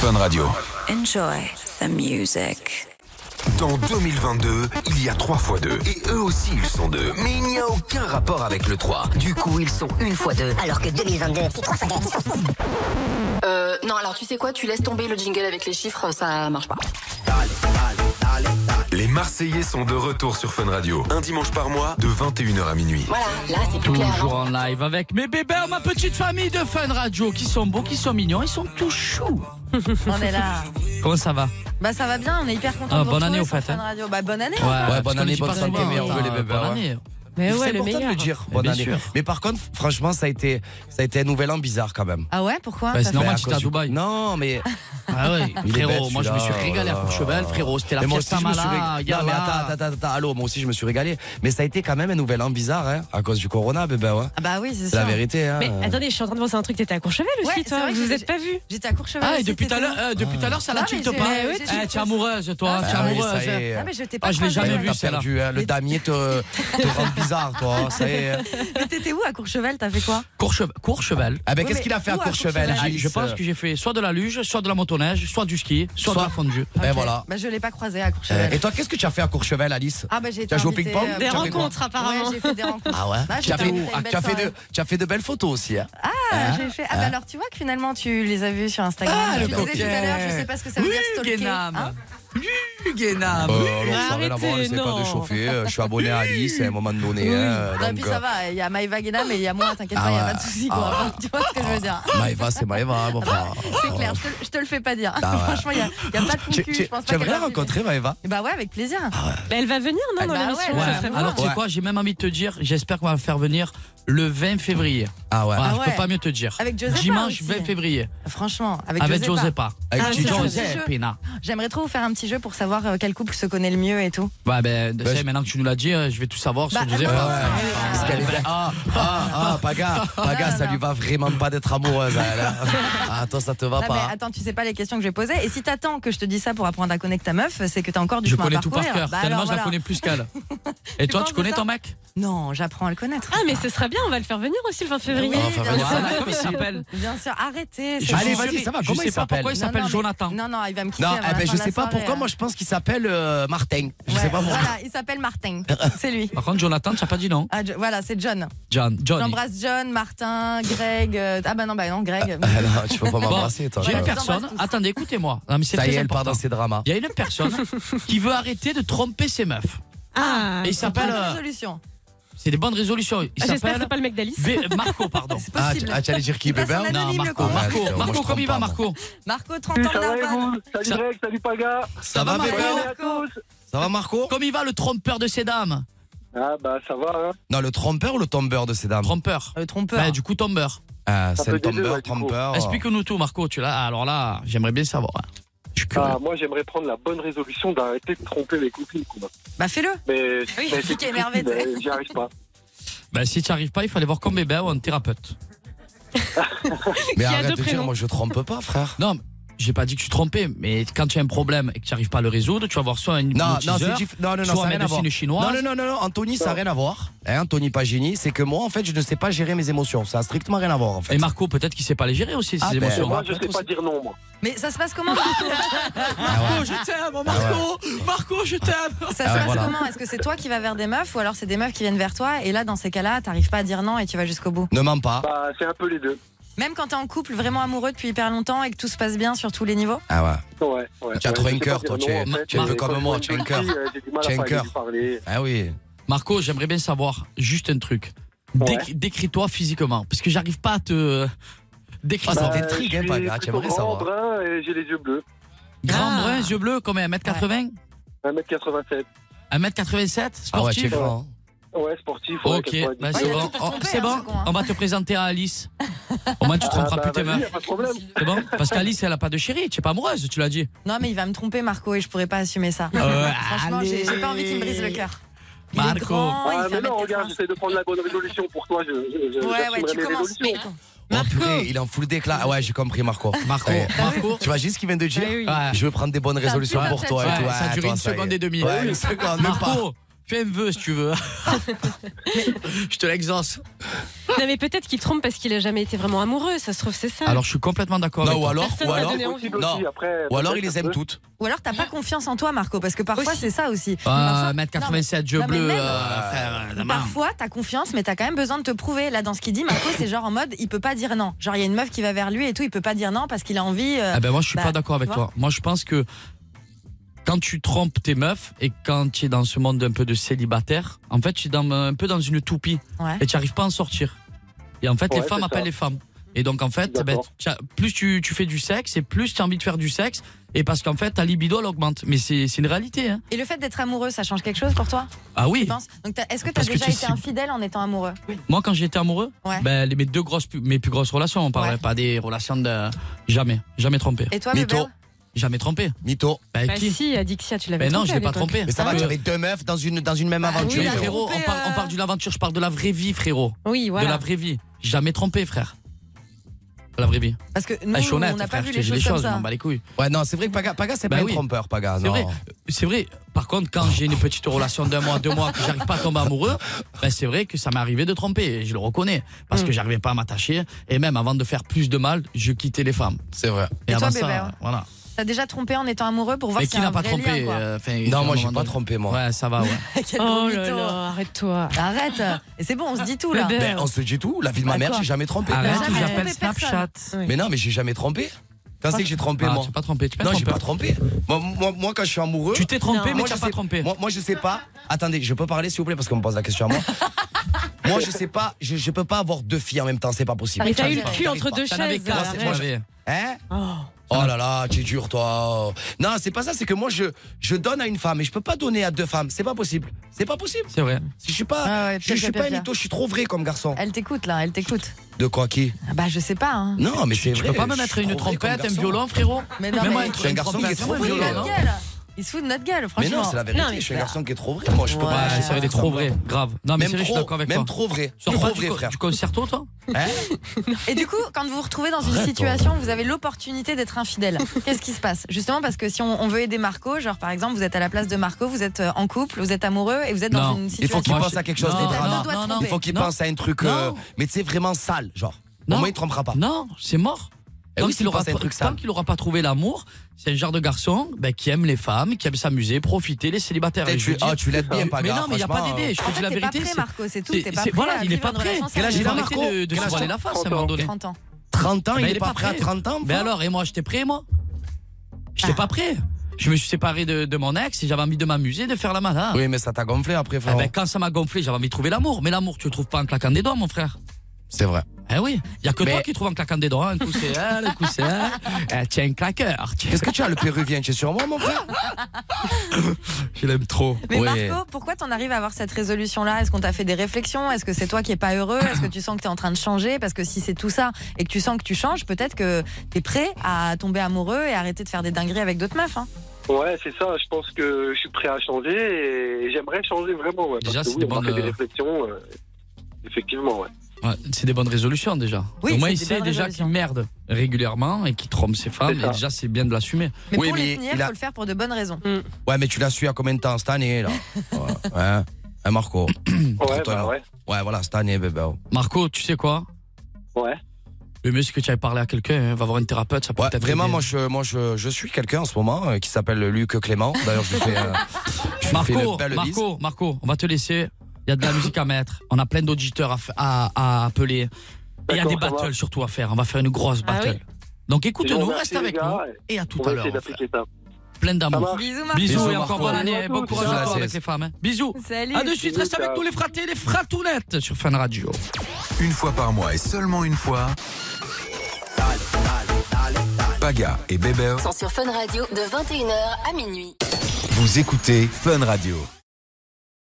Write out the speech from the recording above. Fun Radio. Enjoy the music. Dans 2022, il y a 3 fois 2. Et eux aussi, ils sont deux. Mais il n'y a aucun rapport avec le 3. Du coup, ils sont une fois deux. Alors que 2022, c'est 3 fois 2. Euh, non, alors tu sais quoi, tu laisses tomber le jingle avec les chiffres, ça marche pas. Les Marseillais sont de retour sur Fun Radio. Un dimanche par mois, de 21h à minuit. Voilà, là c'est plus clair. hein. Toujours en live avec mes bébés, ma petite famille de Fun Radio, qui sont beaux, qui sont mignons, ils sont tout choux. On est là. Comment ça va Bah ça va bien, on est hyper contents Ah, de bonne vous année, retrouver au sur fait, Fun hein. Radio. Bah bonne année. Ouais, parce bonne qu'on année, dit pas bonne santé, souvent, mais on hein. veut les bébés, Bonne ouais. année. Mais c'est ouais, le important de meilleur. le dire. Bonne Eh, bien année. sûr. Bah, Mais par contre, franchement, ça a été, ça a été un nouvel an bizarre quand même. Ben, Ah ouais, pourquoi Bah, Ça sinon- fait- Normal, à j'étais cause à du- Dubaï. Non, mais. Ah ouais, Il est frérot, bête, moi je me suis celui-là. régalé à Oh là Fourchevel, là. frérot, c'était la Mais moi fiesta aussi, je me suis Mala, régalé. Non, mais Gala. attends, attends, attends, allô, moi aussi, je me suis régalé. Mais ça a été quand même un nouvel an bizarre, hein, à cause du Corona, bébé, ouais. Ah bah oui, c'est C'est ça. la vérité, hein. Ah. Mais attendez, je suis en train de penser à un truc. T'étais à Courchevel Ouais, aussi, c'est toi vrai Vous que vous j'ai- êtes pas vus J'étais à Courchevel. Ah, et aussi, depuis tout t'étais à l'heure, là. euh, depuis tout à l'heure, ça la Ah, mais tilte j'ai- pas. mais oui, j'ai- Eh, t'es amoureuse, toi, Ah, t'es Ah oui, amoureuse. ça y est. Ah mais je t'ai pas Ah, je l'ai croisé. jamais Ouais, vu, T'as celle-là. perdu, hein, le damier te, te rend bizarre, toi. hein, Ça y est. Mais Ah, t'étais où à Courchevel T'as fait quoi Courchevel. Courchevel. Ah, ben, Ouais, qu'est-ce mais qu'il a fait à où à Courchevel, Courchevel Ah, Alice Je pense que j'ai fait soit de la luge, soit de la motoneige, soit du ski, soit, de euh. Soit- la fondue. Ben Ok. voilà. Bah je l'ai pas croisé à Eh, Euh, Et Courchevel. toi, qu'est-ce que tu as fait à Courchevel, Alice Ah bah j'ai été T'as joué au invitée, ping-pong euh, Des pour- rencontres, apparemment. Ouais, j'ai fait des rencontres. Ah ouais Bah, Tu j'ai as fait- terminé une belle tu as fait soirée. de- tu as fait de belles photos aussi. hein. Ah, j'ai fait. Ah, bah alors tu vois que finalement tu les as vus sur Instagram. Ah, je le te disais tout à coquet. Bah, l'heure, je sais pas ce que ça veut dire stalker. Guyénam. hein. Ah Guyénam. Bah Euh, alors, ça n'a rien arrêtez, à voir, n'essaie pas non. de chauffer. Euh, Je suis abonné à Alice à un moment donné. hein, Non, Ah, et donc, puis euh, ça va, il y a Maïva Guénam et il y a moi, t'inquiète Ah pas, il y a ouais. pas de soucis. quoi. Ah. Tu vois ce que je veux dire euh, Maëva, c'est Maëva. bon, enfin, Ah, C'est euh, clair, je te, je te le fais pas dire. Ah ouais. Franchement, il n'y a, pas de Tu, concu. tu, je pense tu pas qu'elle aimerais la va venir. rencontrer, Maëva Eh Bah ouais, avec plaisir. Ah Bah, Elle va venir, non, dans Bah l'émission ouais, ça ouais. serait bien. Alors, tu sais Ouais. quoi, j'ai même envie de te dire, j'espère qu'on va le faire venir le 20 février. Ah ouais. Voilà, Ah Je ouais. peux pas mieux te dire. Avec Giuseppa Dimanche aussi. 20 février. Franchement, Ah, avec, Avec Giuseppa. Giuseppa. Avec Ah, Gigi. ça, c'est Giuseppe, Pina. J'aimerais trop vous faire un petit jeu pour savoir euh, quel couple se connaît le mieux et tout. Bah, ben, tu sais, je- maintenant que tu nous l'as dit, euh, je vais tout savoir sur Bah, Giuseppe. moi, Ouais. Parce qu'elle est vra- Ah, ah, ah, Paga, Paga, non, ça non. lui va vraiment pas d'être amoureuse. elle, hein. Ah, toi, ça te va Ah, pas. mais attends, tu sais pas les questions que j'ai posées. Et si t'attends que je te dise ça pour apprendre à connaître ta meuf, c'est que t'as encore du Je chemin à connais tout par parcourir. cœur, Bah tellement alors, je la voilà. connais plus qu'elle. Et toi, penses tu connais ça ton mec Non, j'apprends à le connaître. Ah, mais ce serait bien, on va le faire venir aussi le 20 février. Oui, Ah, enfin, bien venir. sûr. Voilà, Comment il s'appelle Bien sûr, arrêtez. Je c'est Allez, suis bon. vas-y, sûr- ça va, Je comment sais il pas pourquoi Non, non, il s'appelle s'appelle mais- Jonathan. Non, non, il va me quitter. Non, avant eh la ben, fin je de la sais pas soirée, pourquoi. hein. Moi, je pense qu'il s'appelle euh, Martin. Je Ouais, sais pas pourquoi. Voilà, il s'appelle Martin. C'est lui. Par contre, Jonathan, tu n'as pas dit non. Ah, Jo- voilà, c'est John. John, Johnny. J'embrasse John, Martin, Greg. euh, ah bah non, bah non, Greg. Ah, non, tu peux pas Bon, m'embrasser, toi. J'ai une Ouais. personne. J'embrasse tous. Attendez, écoutez-moi. Non, mais c'est Ça y est, très elle part important. dans ses dramas. Il y a une personne qui veut arrêter de tromper ses meufs. Ah, Et il Bonne s'appelle. euh, résolution. C'est des bonnes résolutions. Il Ah, J'espère que c'est s'appelle. pas le mec d'Alice. V- Marco, pardon. C'est Ah, possible. tu ah, tu allais dire qui, passe bébé en anonyme, Non, le Marco, con. Ouais, Marco, moi, Marco, je comment il va, trompe pas, Marco Marco, 30 ans de Ça va les Narvan. boules Salut Ça- Greg, salut Paga Ça va, Marco bébé Salut à tous Ça va, Marco Comme il va le trompeur de ces dames Ah bah ça va, hein Non, le trompeur ou le tombeur de ces dames Trompeur. Le euh, trompeur. Bah, du coup, tombeur. Ah, Ça C'est peut le être les deux, tombeur, ouais, du coup. trompeur. Explique-nous tout, Marco. Tu l'as. Alors là, j'aimerais bien savoir. hein. Euh, Je suis curieux. Ah, Moi j'aimerais prendre la bonne résolution d'arrêter de tromper mes copines. quoi. Bah fais-le. Mais Oui, mais qui est difficile, énervé, mais t'es. J'y arrive Bah, pas. Ben, si tu arrives pas, il fallait voir comme bébé ou un thérapeute. Mais Qui a arrête deux de dire, prénoms. moi, je trompe pas, frère. Non, mais j'ai pas dit que tu te trompais, mais quand tu as un problème et que tu arrives pas à le résoudre, tu vas voir soit un Non, non, c'est hypnotiseur, diff- non, non, non, soit ça a un rien à voir. médecine Non, chinoise. non, non, non, non, Anthony, ça n'a rien à voir. Hein, Anthony Pagini, c'est que moi, en fait, je ne sais pas gérer mes émotions. Ça a strictement rien à voir, en fait. Et Marco, peut-être qu'il sait pas les gérer aussi, Ah, ses ben, Et émotions. moi va je sais peut-être pas aussi. dire non, moi. Mais ça se passe comment Ah ouais. je t'aime, oh, Marco. Marco, je t'aime Ça Ah se ouais, passe voilà. comment Est-ce que c'est toi qui vas vers des meufs ou alors c'est des meufs qui viennent vers toi et là dans ces cas-là t'arrives pas à dire non et tu vas jusqu'au bout Ne mens pas. Bah c'est un peu les deux. Même quand t'es en couple vraiment amoureux depuis hyper longtemps et que tout se passe bien sur tous les niveaux Ah ouais. Ouais, ouais. Tu as Ouais, trop je un sais cœur, pas toi, dire tu non, es- en fait. tu es un peu Et comme quand moi, je tu as un vois cœur. une fille, euh, J'ai du mal Tu as un à pas aller cœur. lui parler. Ah oui. Marco, j'aimerais bien savoir juste un truc. Dé- Décris-toi physiquement, parce que j'arrive pas à te. Décris Ah, ça toi Bah, t'intrigue, hein, je suis Paga, tu plutôt aimerais grand, savoir. brun et j'ai les yeux bleus. Grand Ah. brun, yeux bleus, combien 1m80 1m87. 1m87 Sportif Ah ouais, tu es grand. Ouais, sportif. ouais, Ok, 90. bah, Ouais, il c'est a bon. tout pour Oh, tromper, C'est hein, bon, ce con, hein. on va te présenter à Alice. Au moins, tu te Ah, tromperas bah, plus tes vas-y, y a meufs. pas de problème. C'est bon Parce qu'Alice, elle a pas de chérie, tu es pas amoureuse, tu l'as dit. Non mais il va me tromper Marco et je pourrais pas assumer ça. Euh, Franchement j'ai j'ai pas envie qu'il me brise le cœur. Il est Marco. grand, il Ah, fait mais non, 1m85. regarde, j'essaie de prendre la bonne résolution pour toi. Je, je, je- Ouais ouais j'assumerai tu mes commences. résolutions. Oh, Marco. purée, il est en full déclat. Ah ouais, j'ai compris, Marco. Marco, Ça y est. Marco. Tu vois juste ce qu'il vient de dire Bah oui. Ouais. Je veux prendre des bonnes résolutions plus pour toi. Ouais, et tout. ça Ouais, dure toi, une ça y est. seconde et demie. Ouais, une seconde, même pas. Marco, fais un vœu si tu veux. Je te l'exauce. Non, mais peut-être qu'il trompe parce qu'il a jamais été vraiment amoureux. Ça se trouve, c'est ça. Alors je suis complètement d'accord. Non, avec ou toi. alors, Personne ou m'a alors, donné envie. Possible aussi, non. après, ou alors peut-être ils les ça aiment peut- toutes. Ou alors t'as pas confiance en toi, Marco, parce que parfois Aussi. c'est ça aussi. Ah, Parfois- mètre Non, mais- 87 yeux non, mais bleus, même- euh, frère, la main. Parfois, t'as confiance, mais t'as quand même besoin de te prouver. Là, dans ce qu'il dit, Marco, c'est genre en mode, il peut pas dire non. Genre, il y a une meuf qui va vers lui et tout, il peut pas dire non parce qu'il a envie. euh, Ah ben moi je suis bah, pas d'accord avec tu vois. toi. Moi je pense que quand tu trompes tes meufs et quand tu es dans ce monde un peu de célibataire, en fait tu es dans, un peu dans une toupie Ouais. et tu n'arrives pas à en sortir. Et en fait les Ouais, femmes c'est ça. appellent les femmes. Et donc en fait, ben, D'accord. tu as- plus tu, tu fais du sexe et plus tu as envie de faire du sexe et parce qu'en fait ta libido elle augmente. Mais c'est c'est une réalité. Hein. Et le fait d'être amoureux, ça change quelque chose pour toi Ah Tu oui, penses Donc, t'as- est-ce que t'as Parce que déjà tu été sais- infidèle en étant amoureux moi quand j'étais amoureux, Ouais. ben, les- mes deux grosses, pu- mes plus grosses relations, on parlait Ouais. pas des relations de... Jamais, jamais trompé. Et toi, Mytho. bébé Jamais trompé. Mytho. Ben, Bah qui si, Adixia, tu l'avais Ben non, trompé je à l'ai pas l'époque. trompé. Mais ça va, Ah Que- tu avais deux meufs dans une, dans une même Bah aventure. oui, Mais la frérot, frérot. trompé, on parle, on euh. parle d'une aventure, je parle de la vraie vie, frérot. Oui, De la voilà. vraie vie. Jamais trompé, frère. La vraie vie. Parce que nous, Ah, je suis honnête, on n'a pas frère, vu je te les choses, hein. dis les comme choses, je ça. m'en bats les couilles. Ouais, non, c'est vrai que Paga, Paga c'est Bah pas oui. un trompeur, Paga. C'est non. vrai. C'est vrai, par contre, quand j'ai une petite relation d'un mois, deux mois, que j'arrive pas à tomber amoureux, ben c'est vrai que ça m'est arrivé de tromper, et je le reconnais. Parce Hmm. que j'arrivais pas à m'attacher, et même avant de faire plus de mal, je quittais les femmes. C'est vrai. Et, Et toi, avant bébé, ça, ouais. voilà. T'as déjà trompé en étant amoureux pour voir Mais si qui y a n'a un pas vrai trompé lien, quoi. euh, enfin, à un Non, moi, j'ai moment pas donné. trompé, moi. Ouais, ça va, ouais. Quel gros Oh là mytho. là, arrête-toi. Arrête Et c'est bon, on se dit tout là. Bébé. Ben, on se dit tout. La vie de ma Bah, mère, quoi j'ai jamais trompé. Arrête, jamais ils trompé appellent personne. Snapchat. Mais non, mais j'ai jamais trompé. Quand c'est que j'ai trompé, Ah, moi tu n'as pas trompé, tu t'es Non, j'ai trompé. pas trompé. Moi, moi, moi, quand je suis amoureux. Tu t'es trompé, Non. mais moi, tu n'as je pas sais- trompé. Moi, moi, je sais pas. Attendez, je peux parler, s'il vous plaît, parce qu'on me pose la question à moi. moi, je sais pas. Je, je peux pas avoir deux filles en même temps, c'est pas possible. Mais t'as eu J'arrive le pas, cul j'arrive entre pas. deux T'en avais chaises. quatre, arrête. moi, j'avais- Hein Oh. Oh là là, tu es dur, toi. Non, c'est pas ça, c'est que moi, je, je donne à une femme et je peux pas donner à deux femmes. C'est pas possible. C'est pas possible. C'est vrai. Je suis pas, Ah ouais, je, je suis pire, pire, pas un pire. mytho, je suis trop vrai comme garçon. Elle t'écoute là, elle t'écoute. De quoi qui Ah Bah je sais pas. Hein. Non, mais c'est Tu vrai. peux pas me je mettre suis une trop vrai comme trompette, un garçon. violon, frérot Mais non, Même mais- moi, une Je suis un garçon trompette, qui est un trop Il Bah, se fout de violon, notre non gueule. Il se fout de notre gueule, Mais franchement. non, c'est la vérité. Non, mais je suis un c'est- garçon qui est trop vrai. Moi, je peux Ouais. pas. Ouais, je c'est vrai, peux des pas trop tromper. vrais, grave. Non, mais c'est vrai, Même je suis trop, d'accord avec même toi. trop vrai. Tu sors Trop pas du vrai, co- frère. du concerto, toi Hein Et du coup, quand vous vous retrouvez dans une situation où vous avez l'opportunité d'être infidèle, qu'est-ce qui se passe Justement parce que si on, on veut aider Marco, genre par exemple, vous êtes à la place de Marco, vous êtes euh, en couple, vous êtes amoureux et vous êtes dans Non. une Il Il faut situation. qu'il Moi, pense je- à quelque chose de Non, non, drame. doigts non, de non. Il faut qu'il Non. pense à un truc, euh, Non. mais tu sais, vraiment sale, genre. Au Non. moins, il trompera pas. Non, c'est mort. Eh Tant oui, qu'il s'il aura, pense à un pas- truc tant sale. qu'il aura pas trouvé l'amour, c'est le genre de garçon ben, qui aime les femmes, qui aime s'amuser, profiter, les célibataires. Peut-être Et je tu- dis- ah, tu l'aides bien, pas Mais non, mais il n'y a pas franchement, d'idée. Je te En dis fait, la t'es pas vérité. prêt, c'est- Marco, c'est tout. c'est- T'es pas c'est- prêt. voilà, à il est vivre pas une relation prêt. Quel âge sérieuse. il a, Faut arrêter Marco de- de Quel se âge voiler t'as la face à un moment 30 donné. ans. 30 ans. 30 ans, Mais il il est Ben, est pas pas prêt à prêt. 30 ans. Mais frère alors, et moi, j'étais prêt, moi J'étais Ah. pas prêt. Je me suis séparé de, de mon ex et j'avais envie de m'amuser, de faire la malade. Oui, mais ça t'a gonflé après, Eh frère. ben, quand ça m'a gonflé, j'avais envie de trouver l'amour. Mais l'amour, tu le trouves pas en claquant des doigts, mon frère. C'est vrai. Eh oui, il y a que Mais- toi qui trouves en claquant des doigts. Un coup c'est elle, un coup c'est elle. Eh, tiens, un claqueur. Tiens. Qu'est-ce que tu as, le péruvien Tu es sur moi, mon frère Je l'aime trop. Mais Ouais. Marco, pourquoi t'en arrives à avoir cette résolution-là Est-ce qu'on t'a fait des réflexions Est-ce que c'est toi qui es pas heureux Est-ce que tu sens que t'es en train de changer Parce que si c'est tout ça et que tu sens que tu changes, peut-être que t'es prêt à tomber amoureux et arrêter de faire des dingueries avec d'autres meufs. hein. Ouais, c'est ça. Je pense que je suis prêt à changer et j'aimerais changer vraiment. Ouais, Déjà, parce que c'est des oui, on m'a bonnes, fait des euh, réflexions. euh, effectivement, ouais. Ouais, c'est des bonnes résolutions déjà. Oui, Au moins, c'est il des sait bonnes déjà résolutions. qu'il merde régulièrement et qu'il trompe ses femmes. C'est Et ça. déjà, c'est bien de l'assumer. Mais Oui, pour mais les tenir, il a- faut le faire pour de bonnes raisons. Ouais, mais tu l'as su à combien de temps cette année, là Ouais. Hein Hein, Marco Ouais, toi, bah, ouais. Ouais, voilà, cette année, bébé. oh. Marco, tu sais quoi Ouais. Le mieux, c'est que tu ailles parler à quelqu'un. hein. Va voir une thérapeute, ça peut Ouais, peut-être vraiment, aider. moi, je, moi je, je suis quelqu'un en ce moment euh, qui s'appelle Luc Clément. D'ailleurs, je lui fais, euh, je lui fais Marco, une belle bise. Marco, Marco, on va te laisser. Il y a de la musique à mettre. On a plein d'auditeurs à, f- à- à appeler. Et il y a D'accord, des ça battles surtout à faire. On va faire une grosse Ah battle. Donc Je écoute-nous, vous reste remercie, avec les nous. gars, Et à tout On à va l'heure. essayer frère. d'appliquer ça. Plein d'amour. marche. Bisous, Marco. Bisous, Bisous, et encore Marco. bonne année. et Bon Bisous à courage à tous. toi Bisous, avec la les femmes. hein. Bisous. Salut. À de suite, reste avec nous les fratés, les fratounettes sur Fun Radio. Une fois par mois et seulement une fois. Paga et Bébert, Sont sur Fun Radio de 21h à minuit. vous écoutez Fun Radio.